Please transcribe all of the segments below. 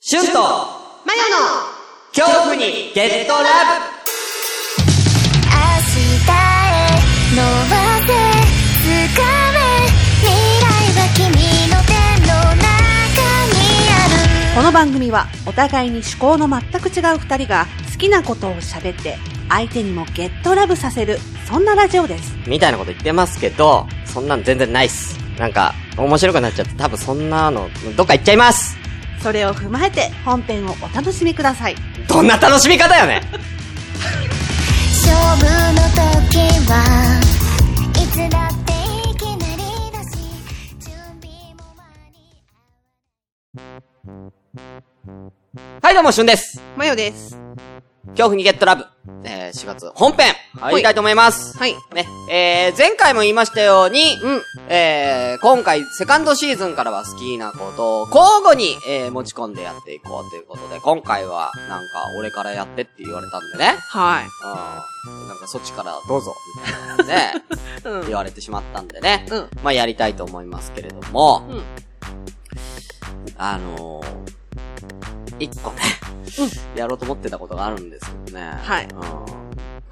シュンとマヨの恐怖にゲットラブ明日へ伸ばせ掴め未来は君の手の中にあるこの番組はお互いに趣向の全く違う二人が好きなことを喋って相手にもゲットラブさせるそんなラジオですみたいなこと言ってますけど、そんなの全然ないっす。なんか、面白くなっちゃって、多分そんなの、どっか行っちゃいますそれを踏まえて本編をお楽しみくださいどんな楽しみ方よ ね勝負の時はいつだっていきなりだし準備も間にはい、どうも、シュンです。マヨです恐怖にゲットラブ。えー、4月本編、入りたいと思います。はいね、えー、前回も言いましたように、うんえー、今回、セカンドシーズンからは好きなことを交互に、えー、持ち込んでやっていこうということで、今回は、なんか、俺からやってって言われたんでね。はいうん。なんか、そっちからどうぞ、みたいな感じで、うん言われてしまったんでね。うんまあ、やりたいと思いますけれども、うんあのー、一個ね、やろうと思ってたことがあるんですけどね。はいうん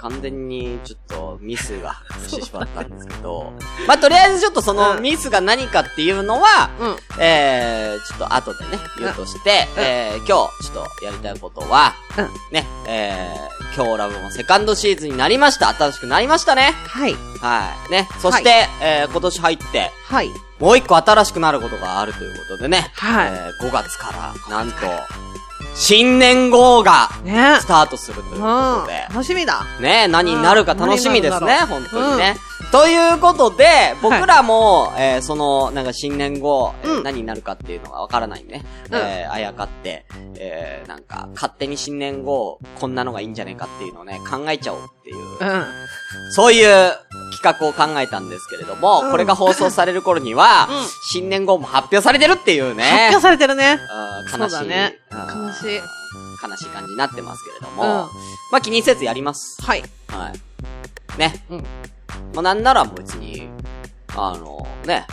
完全に、ちょっと、ミスがしてしまったんですけど。まあ、とりあえずちょっとそのうんミスが何かっていうのは、うんえー、ちょっと後でね、言うとして、うんえー、今日、ちょっとやりたいことは、うんね、えー、今日ラブもセカンドシーズンになりました。新しくなりましたね。はいはい。ね。そして、えー、今年入って、はいもう一個新しくなることがあるということでね。はいえー、5月から、なんと、新年号が、ねスタートするというこうとんで。楽しみだね何になるか楽しみですうんね、何本になるんだろう当にね。ということで、僕らも、えーその、なんか新年後、えーうん何になるかっていうのがわからないね。うんえーあやかって、えーなんか、勝手に新年後、こんなのがいいんじゃねえかっていうのをね、考えちゃおうっていう、うんそういう企画を考えたんですけれども、うんこれが放送される頃には、うん新年号も発表されてるっていうね。発表されてるねあーそう悲しい。だねうん悲しい悲しい感じになってますけれども、うんまあ気にせずやります。はいはい。ね。うんまあ、なんなら別に、あの、ね。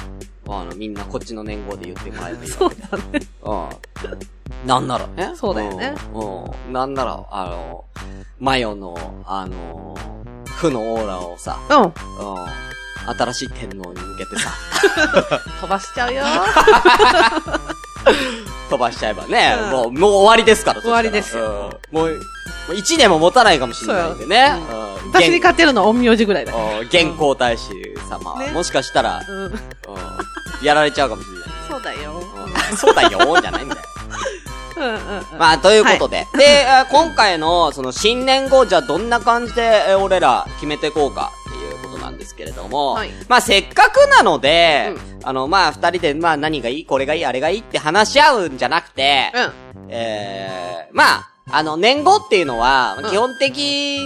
あの、みんなこっちの年号で言ってもらえばいいわけだ。そうだね。うん。なんならね。そうだよねうん。うん。なんなら、あの、マヨの、あの、負のオーラをさ、うんうん。新しい天皇に向けてさ、 飛ばしちゃうよ飛ばしちゃえばね、うんもう、もう終わりですから、終わりですよ。うんもう、もう一年も持たないかもしれないんでね。うん 私に勝てるのは陰陽師ぐらいだようん現皇太子様は、ねもしかしたら、うんうんやられちゃうかもしれないそうだようん。そうだよ、じゃないんだよ。うんうんうん まあ、ということで。で、えー今回の、その、新年後、じゃあどんな感じで、えー俺ら、決めていこうか、っていうことなんですけれども、はいまあ、せっかくなので、あの、まあ、二人で、まあ、何がいい、これがいい、あれがいいって話し合うんじゃなくて、うんえー、まあ、あの、年号っていうのはう、ん基本的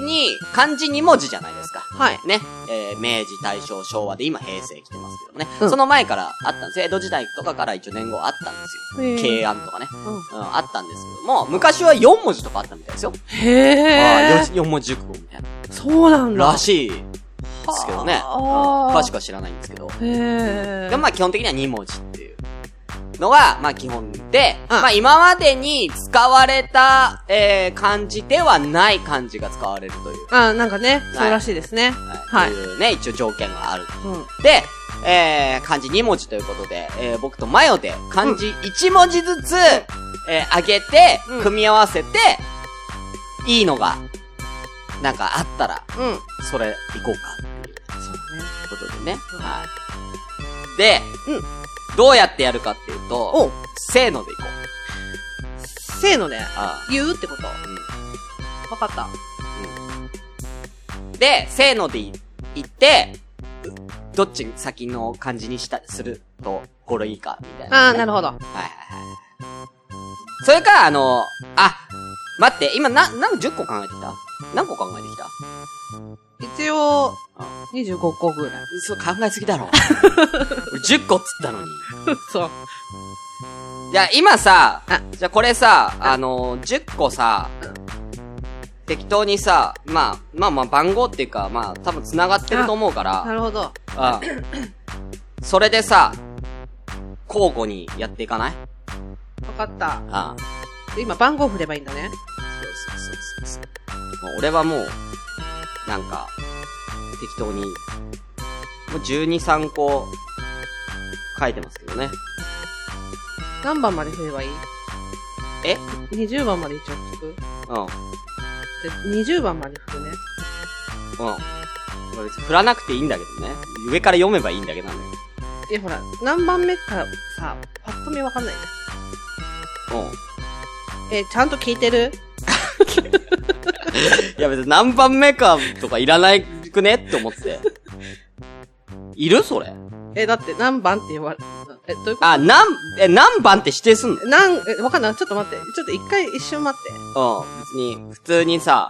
に、漢字2文字じゃないですか。はいね、えー、明治、大正、昭和で今平成来てますけどね、うんその前からあったんですよ。江戸時代とかから一応年号あったんですへよ。ー慶安とかね、うんうん。あったんですけども、昔は4文字とかあったみたいですよ。へえ4文字熟語みたいな。そうなんだらしいですけどね。うんはあ詳しくは知らないんですけど。へえでもまあ基本的には2文字っていうのが、まあ基本で、うんまあ今までに使われた、えー、漢字ではない漢字が使われるという。あなんかね、そうらしいですね。は。はいいと。いうね、一応条件がある。うん。で、えー、漢字2文字ということで、えー、僕とマヨで漢字1文字ずつ、えー、上げて、うん組み合わせて、いいのが、なんかあったら、うん。それ、いこうか。そうということでね。うんはい。で、うんどうやってやるかっていうとお、せーのでいこう。だね。せーのね。あ言うってこと。わかった。あで、せーのでいいって、どっち先の感じにした、すると、語呂いいか、みたいな、あーなるほど。ど。はいはいはい。それから、あの、あ、待って、今な、何、10個考えてきた何個考えてきた一応あ、 25個ぐらい。そう、考えすぎだ ろ。俺10個っつったのに。そう。じゃあ今さあ、じゃあこれさ、あのー、10個さ、適当にさ、まあ、まあまあ番号っていうか、まあ多分繋がってると思うからな、るほど。うんそれでさ、交互にやっていかないわかった。あで今番号振ればいいんだね。そうそうそうそうそう。もう俺はもう、なんか、適当に、もう12、3個、書いてますけどね。何番まで振ればいいえ ?20 番まで一応聞く。うん。で、20番まで振るね。うん。別に振らなくていいんだけどね。上から読めばいいんだけどなんだよ。いやほら、何番目かさ、パッと見わかんないじうん。ゃん。え、ちゃんと聞いてるいや別に何番目かとかいらないくねって思って。いるそれ。え、だって何番って言われ、え、どういうこあ、なん、え、何番って指定すんのうん。となん、え、わかんない。ちょっと待って。ちょっと一回一瞬待って。別に、普通にさ、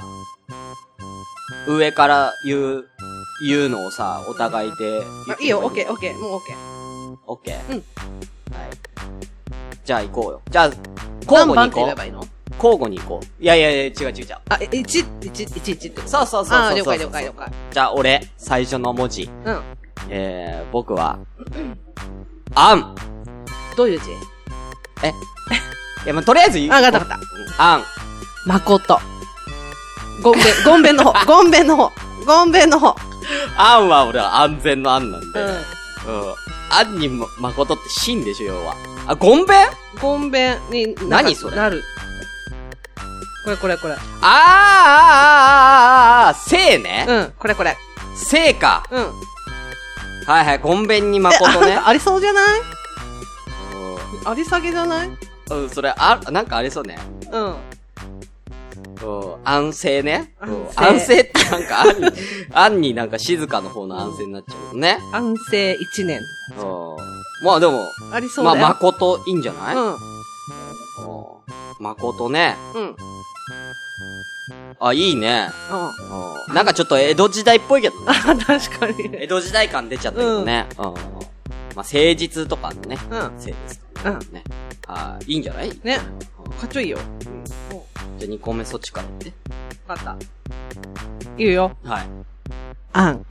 上から言う、言うのをさ、お互いで言あっいいよ、オッてケればー、オッケー、もうオッケー。オッケー。うんはい。じゃあ行こうよ。じゃあ、何交互番っにて言行えこばいいのう。交互に行こう。いやいやいや、違う違う違う。あ、え、1、1、1、1って。そうそうそうそうそうあー了解了解了解。じゃあ、俺、最初の文字。うん。えー、僕は、あん。どういう字いや、まあ、とりあえず言うあ、わかったわかっあん。た。まこと。ごんべん、ごんべんの 方、ごんべんの方、ごんべんの方。あんは俺は安全のあんなんで。ううん。ん。あんにま、誠って真でしょ、要は。あ、ごんべんごんべんにな、何それなる。これこれこれ。あーあーあーあーあーあー、せいね。うん、これこれ。せいか。うん。はいはい、ごんべんにえ、あ誠なんねか。ありそうじゃないあり下げじゃないうん。うんうん、それ、あ、なんかありそうね。うん、安静ね。うん安安静静ってなんか、あんに、あんになんか静かの方の安静になっちゃうよね。安静一年。うん。まあでも、ありそうまあ、だよ。誠いいんじゃない、うん、うん。誠ね。うん。うん。あ、いいね。あ、うん。なんかちょっと江戸時代っぽいけどね。確かに。江戸時代感出ちゃったけどね。うん。まあ、誠実とかのね、うん。せいですからね。ね。あいいんじゃない、うん、じね。かっちょいいよ。おゃあ2個目そっちから行って。わかった。言うよ。はい。あん。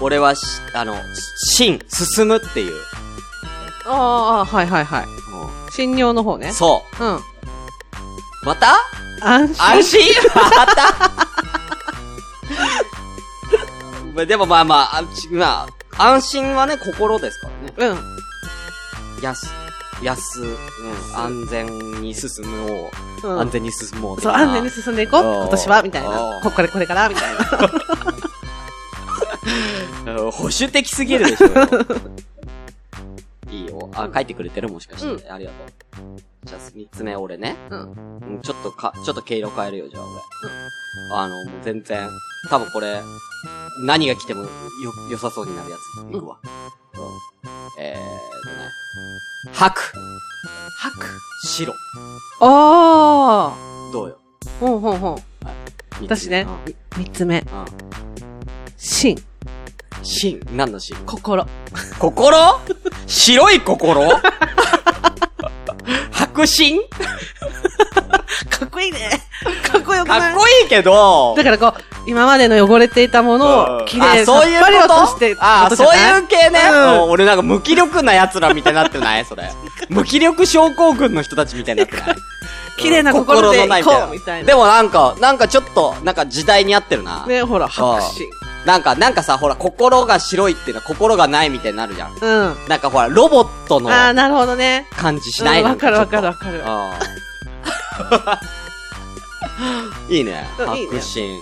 俺はし、あの、進、進むっていう。ああ、はいはいはい。信用の方うねん、。そうん。う。また安心。安心またま あでもまあまあ、あちまあ、安心はね、心ですからね。うん。安、安、うん、安全に進もう。うん安。全に進もう。そう、安全に進んでいこう。うん今年は、みたいうんな。こ、これ、これから、みたいな。うん保守的すぎる でしょ。いいよ。あ、書いてくれてるもしかして。ありがとう。じゃあ、三つ目俺ね。うん。うんちょっとか、ちょっと毛色変えるよ、じゃあ俺。あの、もう全然、多分これ、何が来てもよ、良さそうになるやつ。いくわ。うんえーとね。白。吐く。白。あどうよ。あ。ほんほんほん。三つ私目ね、三つ目。うん。うん。心。心。何の心心。心白い心 白心かっこいいね。かっこよくなかっいこいいけど、だからこう、今までの汚れていたものうを、ん綺麗あにさそういうっぱり落こととして、あー、そういうう。系ね。うんもう俺なんか無気力な奴らみたいになってないそ れ。無気力症候群の人たちみたいになってない綺麗な心でうん行こう、みたいな。でもなんか、なんかちょっと、なんか時代に合ってるな。ね、ほら、白心。なんか、なんかさ、ほら、心が白いっていうのは心がないみたいになるじゃん。うん。なんかほら、ロボットのああ、なるほどね。感じしなういんわかるわかるわか かる。る。いいね。うんいい白ね心。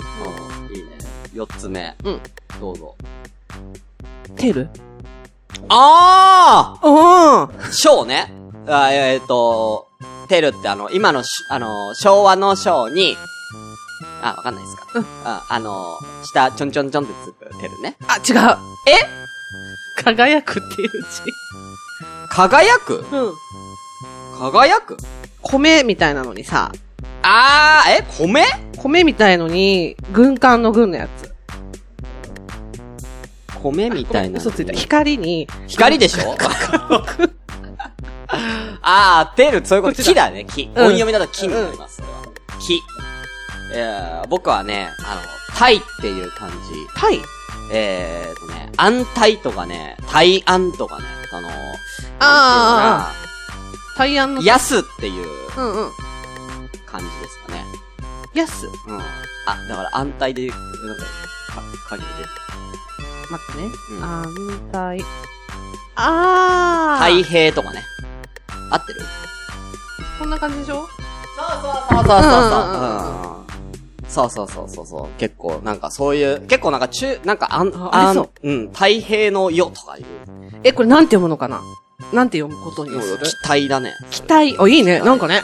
うんいいね。四つ目。うん。どうぞ。テルあーおー章ね。あえっ、と、テルってあの、今のし、あの、昭和の章に、あ、わかんないですか。うんああの、下、ちょんちょんちょんってつくテルね。あ、違う。え輝くっていう字。輝くうん。輝く米みたいなのにさ、あー、え、米米みたいのに、軍艦の軍のやつ。米みたいな。嘘ついた。光に、光でし ょあー、テル、そういうこと。木だね、木。音読みだと木になります、それは。木。えー、僕はね、あの、タイっていう漢字。タイえーとね、安泰とかね、大安とかね、その、あ対案の。ヤスっていううんうん。感じですかね。やす。うん。あ、だから安泰で、なんか、か、感じで。待ってね。うん安泰。あー。太。平とかね。合ってるこんな感じでしょそうそううんそうそう。そうそうそうそうそう。結構、なんかそういう、結構なんか中、なんかあん、。あありそううん、太平の世とかいう。え、これなんて読むのかななんて読むことにする期待だね。期待。あ、いいね。なんかね。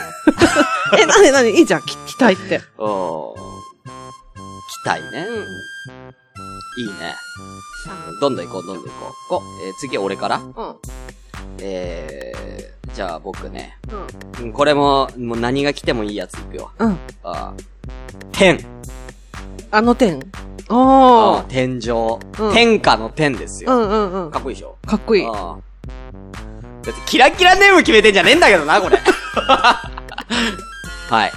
え、なになにいいじゃん。き期待って。うん。期待ね。うんいいね。どんどん行こう、どんどん行こう。こう、えー次俺からうん。うん。えー、じゃあ僕ね。うんこれも、もう何が来てもいいやついくよ。うん。あー天。あの点。ああー天井。うん天下の天ですー。うよ。んうんうん。かかっこいいでしょっこいい。ああだってキラキラネーム決めてんじゃねえんだけど な、これ。はい。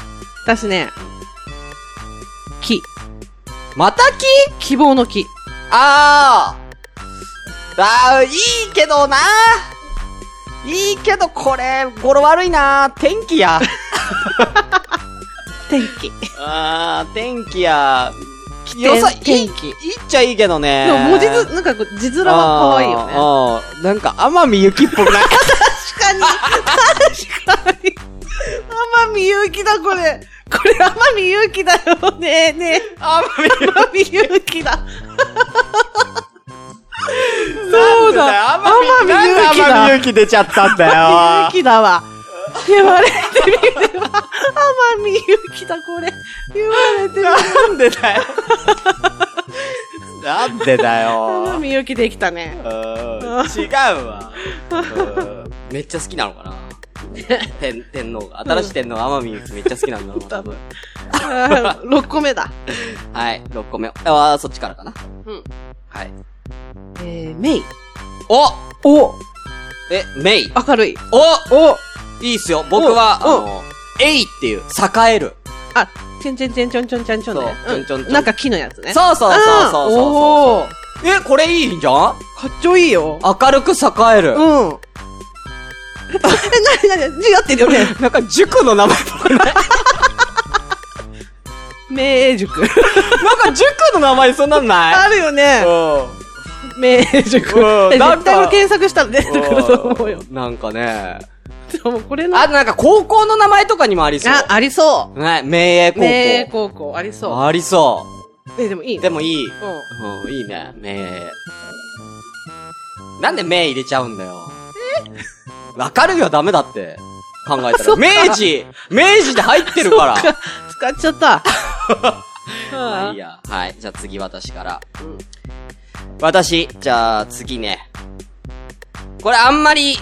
私ね。木。また木希望の木。ああああ、いいけどな。いいけど、これ、語呂悪いな。天気や。天気。ああ、天気や。天よさ、いい、いい天っ気ちゃいいけどね。でも文字ず、なんかこう字面は可愛いよね。あーあーなんか、天海祐希っぽくない確かに。確かに。 天海祐希だ、これ。これ天海祐希だよね。ねえ。天海天海祐希だ。そうだ。天海なん祐で希天海だ。天祐希出ちゃったんだよ。海祐希だわ。言われてみれば、天海祐希だ、これ。言われてみれば。なんでだよ。なんでだ天よ。海祐希できたね。うん違うわ。めっちゃ好きなのかな天、天皇が。新しい天皇、天海祐希めっちゃ好きなんだろうな、多分。あー6個目だ。はい、6個目。あー、そっちからかな。うん。はい。えー、メイ。おおえ、メイ。明るい。おおいいっすよ。僕は、あおの、エイっていう、栄える。あ、ちょんちょんちょんちょんちょんちょんちょんね。そうちょんちょんちょんうんなんか木のやつね。そうそうそうそうそうそうあーおーえ、これいいんじゃんかっちょいいよ。明るく栄えるうん。え、。なになに字合ってるよね。なんか塾の名前っぽく ない名塾。なんか塾の名前そんなんないあるよね。うん。名塾。うんえな絶ん対かこれ検索したら出てくると思うよ。なんかね。でもこれの。あとなんか高校の名前とかにもありそう。あ、ありそね、明う。名英英高高校、あり校。そ。ありそう。え、でもいいうね。でもいい。うん。うん、いいね、明英。なんで明入れちゃうんだよ。わかるよ、ダメだって。考えたそら。っか明治明治で入ってるから。そっか使っち ゃった。まあはいいや。はい。じゃあ次私から。うん私、じゃあ次ね。これあんまり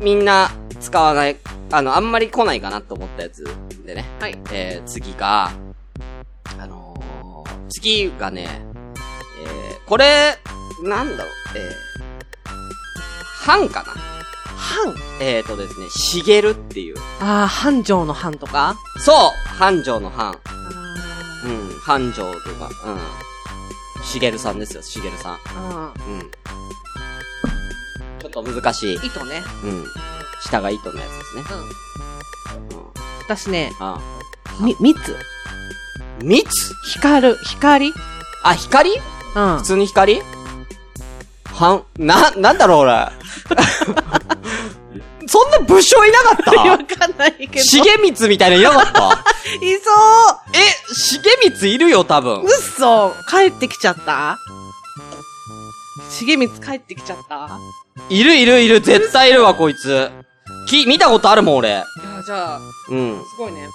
みんな使わない、あの、あんまり来ないかなと思ったやつでね。はい。えー、次が、あのー、次がね、えー、これ、なんだろう、えー、藩かな藩えーとですね、しげるっていう。ああ、繁盛の藩とかそう繁盛の藩。あーうん、繁盛とか、うん。しげるさんですよ、しげるさん。あうん。ちょっと難しい。ー。糸ね。うん。下が糸のやつですね。うん。うん。私ね、あみ、蜜。蜜光る、光うん。あ、光普通に光はん、な、なんだろう、俺。 そんな武将いなかっわかんないけど。た重光みたいなのいなかった いそうえ、重光いるよ、多分うっ。そ帰ってきちゃった重光帰ってきちゃったいるいるいる、絶対いるわ、こいつ。き、見たことあるもん、俺。いや、じゃあ、うん。すごいね。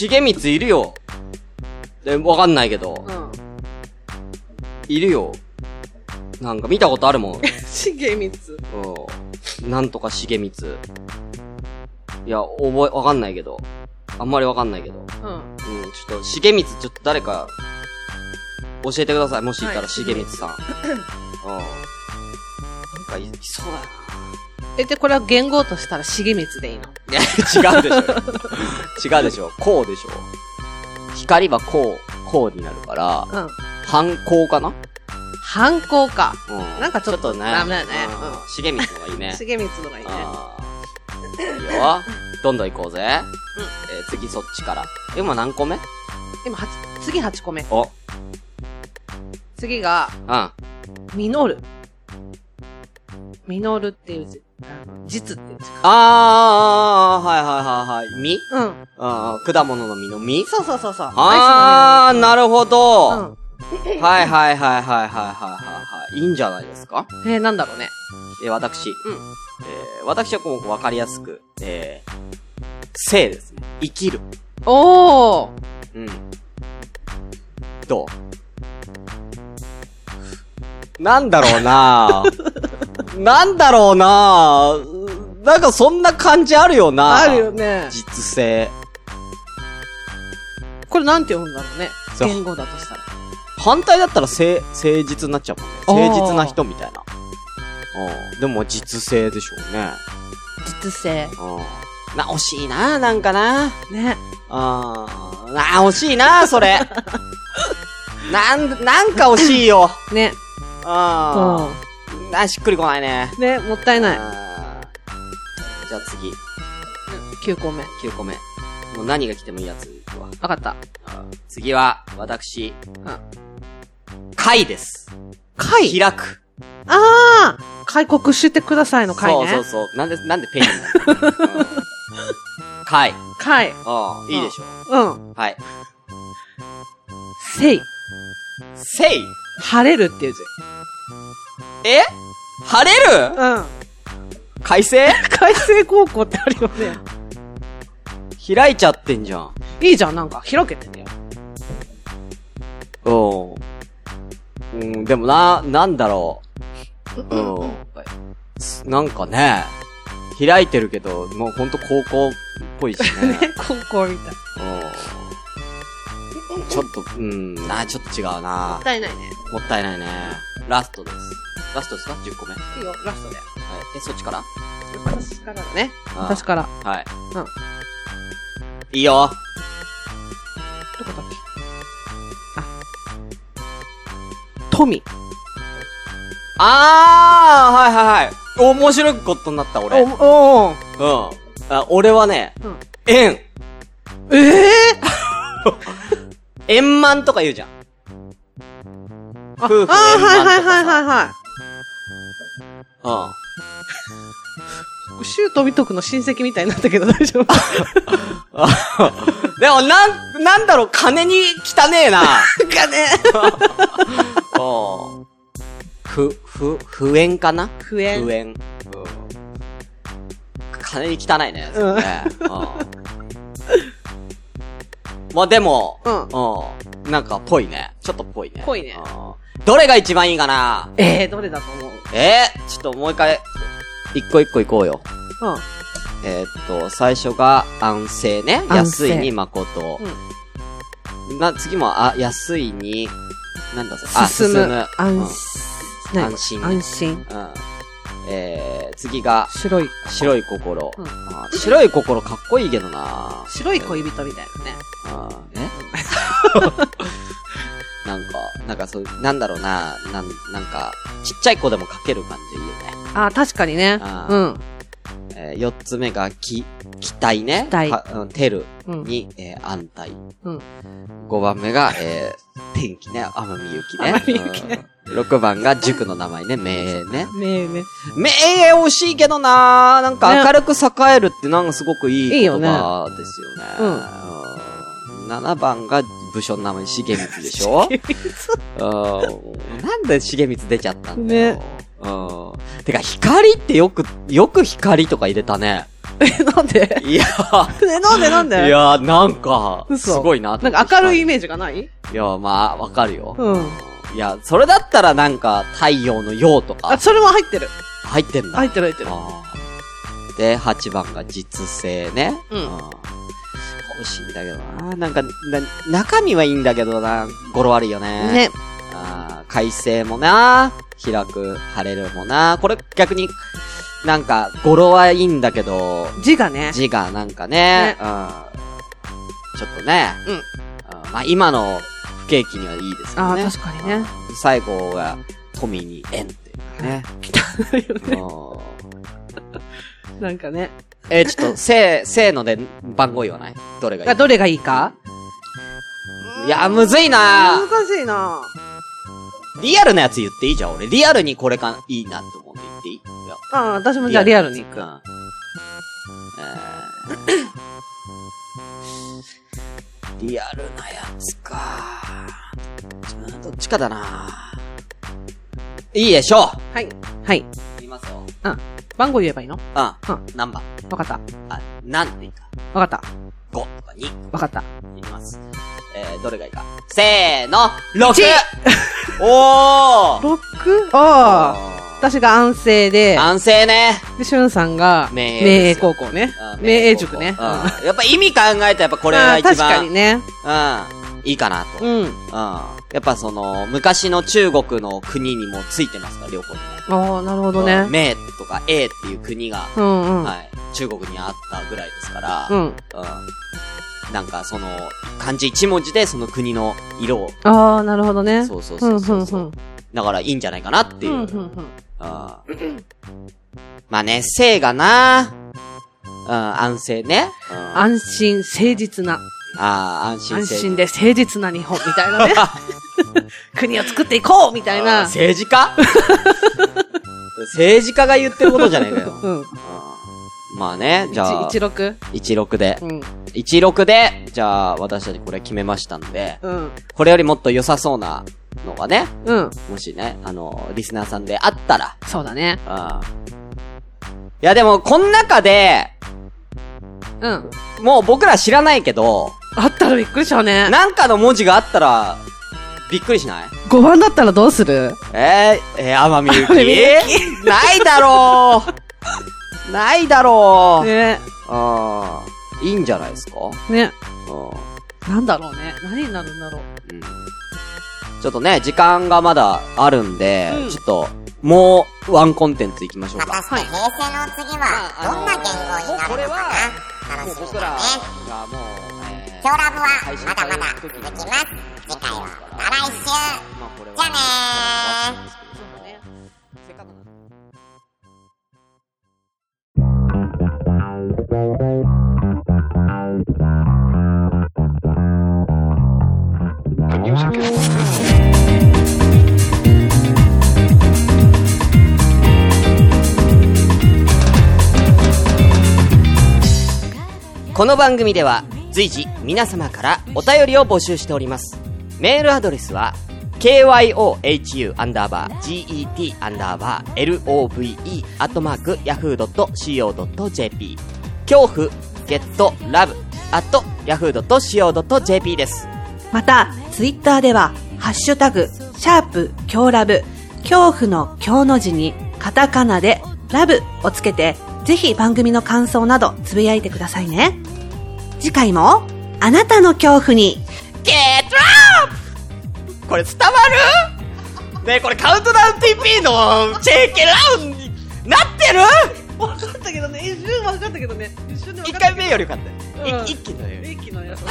重光いるよ。え、わかんないけどう。ん。いるよ。なんか見たことある もん。重う光。ん。なんとか重光。いや、覚え、わかんないけど。あんまりわかんないけど。うん。うん、ちょっと、重光、ちょっと誰か、教えてください。もしいたはら、い重光さん。うん。なんかい、いそうだよえ、で、これは言語としたら重光でいいのな。いや、違うでしょ。 違うでしょ。こうでしょ。光はこう、こうになるから、うん。反光かな反抗か。うん。なんかちょっとね。ダメだよねうん重光の方がいいね。 重光のがいいね。あーいいよ。どんどん行こうぜ。えー次そっちから。今何個目今、八次8個目。お、うん。次が、あ実る。実るっていう字。あの実っていう字か。あー、はいはいはいはい。実うん。うん、果物の実の実そうそうそうそう。あー、なるほアイスの実のど。実はいはいはいはいはいはいはいはい。いいんじゃないですかうん。えー、なんだろうね。えー、私。うんえー、私はこう、わかりやすく、えー、生ですね。生きる。おー。うん。どうなんだろう ななんだろうななんかそんな感じあるよなあるよね。実性。これなんて読むんだろうね。そう言語だとしたら。反対だったら誠、誠実になっちゃうもんね。あー誠実な人みたいな。うん。でも実性でしょうね。実性。うん。な、惜しいななんかなね。あー、な惜しいなそれ。 なん、なんか惜しいよ。ね。あー。うあ、しっくりこないね。ん。ね、もったいない。あーじゃあ次、 9個目。 9個目。もう何が来てもいいやついくわ。わかった。次は、私、うん。貝です。貝開く。あー開国してくださいの貝ね。そうそうそう。なんで、なんでペンになるのうん貝。貝。ああ、いいでしょうん。う。はい。せい。せい晴れるっていう字。え晴れるうん。快晴海星高校ってあるよね。開いちゃってんじゃん。いいじゃん、なんか、開けててよ。うん。うん、でもな、なんだろう。うん。なんかね、開いてるけど、もうほんと高校っぽいしね。高校みたい。もうん。ちょっと、うん、な、ちょっと違うなっ。たいないね。もったいないね。ラストです。ラストですか ?10 個目。はい。いいよ、ラストで。え、そっちから私からだね。あ私から。はい。うん。いいよ。どこだっけあ。富。あー、はいはいはい。面白いことになった、俺。うん。お、おあ、俺はね、うん円。ええ 円満とか言うじゃん。ー、あ夫婦円満とかあーはいはいはいはいはうん。い。シュート美徳の親戚みたいになったけど大丈夫でも、なん、なんだろう、金に汚ねえ な。かね。うん。ふ、ふ、不縁かな 不縁。不縁。うん。金に汚いね。それねうん。まあでも、うん。うん。なんか、ぽいね。ちょっとぽいね。ぽいねうん。どれが一番いいかなええー、どれだと思うえー、ちょっともう一回、一個一個いこうよ。うん。えーっと、最初が安静ね。安静安いに誠。な、次も、あ、安いに、なんだそれ、あ、進む。うんう安心、ん何安心安心。ん。えー、次が、白い。白い心、うんあ白い心かっこいいけどな白い恋人みたいなね。あー えなんか、なんかそう、なんだろうななん、なんか、ちっちゃい子でも書ける感じいいよね。ああ、確かにね。うあん。えー、四つ目が、き、期待ね。期待かうん、てる。うん。に、えー安泰。うん5番目が、えー天気ね、天海祐希ね。天海祐希ねうん6番が塾の名前ね、名営ね。ねえね。名営惜しいけどなーなんか明るく栄えるってなんかすごくいいいいよ言ね葉ですよね。うんうん7番が部署の名前、重光でし ょうんなんで重光出ちゃったんだよ。ねうん。てか、光ってよく、よく光とか入れた ね。え、なんで いやえ、なんでなんでいやー、なんか、す嘘ごいなってなんか明るいイメージがないいや、まあ、わかるよ。うん。いや、それだったらなんか、太陽の陽とあ、か、それも入ってる。入ってんだ。入ってる入ってる。あーで、8番が実性ね。うん欲しいんだけどな。なんか、な中身はいいんだけどな、語呂悪いよね。ね。あー快晴もな、開く、晴れるもな。これ逆に、なんか、語呂はいいんだけど、字がね。字がなんかね、ねうん。ちょっとね、うんうん。まあ今のケーキにはいいですあよあ、ね。確かにね。最後が、富に縁っていうかね。来たようね。んなんかね。えー、ちょっと、せー、せーので番号言わないどれがいあ、どれがいいかいいや、むずいな難しいなリアルなやつ言っていいじゃん、俺。リアルにこれか、いいなって思うんで言っていいいやああ、私もじゃあリアルに行く。うあんえーリアルなやつか。うんどっちかだな。いいでしょうはい。はい。言いますよ。番号言えばいいうのん。うん何番わかった。あ、何て言うか。わかっ5とか2た。わかった。言います。えー、どれがいいか。せーの !6! お ー 6? ああ。私が安政で、安静ね。で、しゅんさんが、明英明で英すよ高校ねあ。明英塾ね。うんやっぱ意味考えたらやっぱここれ が一番。確かにね。うん。いいかなと。うん。うん。やっぱその、昔の中国の国にもついてますから、両方にね。ああ、なるほどね。明とか英っていう国が、うんうん。はい、中国にあったぐらいですから、ううん。ん。なんかその、漢字一文字でその国の色を、ああ、なるほどね。そうそうそうそうそううんうんうんだからいいんじゃないかなっていう。ううんんうんうん。まあね、生がな、うん、安静ね。うん、あ安心、誠実な。あー、安心安性心で誠実な日本みたいな ね。国を作っていこうみたいあーな。政治 家政治家が言ってることじゃねえかよ。 うん。うんまあね、じゃあ、一六16でう。ん。 16で、じゃあ、私たちこれ決めましたんで、うん。これよりもっと良さそうなのがね、うん。もしね、あの、リスナーさんであったら、そうだね。うん。いやでも、こん中で、うん。もう僕ら知らないけど、あったらびっくりしちゃうね。なんかの文字があったら、びっくりしない5番だったらどうするえー、えー、天海天海祐希ないだろうないだろう、ね。ああ、いいんじゃないですかね。うん。なんだろうね。何になるんだろう。うんちょっとね、時間がまだあるんで、うんちょっと、もう、ワンコンテンツいきましょう果たか。して平成の次はどんな言語になるのかな楽もうしみ僕だらね。がもう、えー、今日ラブ配信はまだ会まだの続時きにます。次回はまた来ま週あこれはじゃあねーせっかくなんでこの番組では随時皆様からお便りを募集しておりますメールアドレスは kyohu-get-love アットマーク yahoo.co.jp 恐怖 getlove アット yahoo.co.jp ですまた、ツイッターでは、ハッシュタグ、シャープ、強ラブ、恐怖の強の字に、カタカナで、ラブをつけて、ぜひ番組の感想などつぶやいてくださいね。次回も、あなたの恐怖に、ゲットラブこれ伝わるねえこれカウントダウン TP の JK ラウンになってる分かったけどね、一瞬分かったけどね、一瞬で一回目よりよかった、うんい一気のより気のやつ。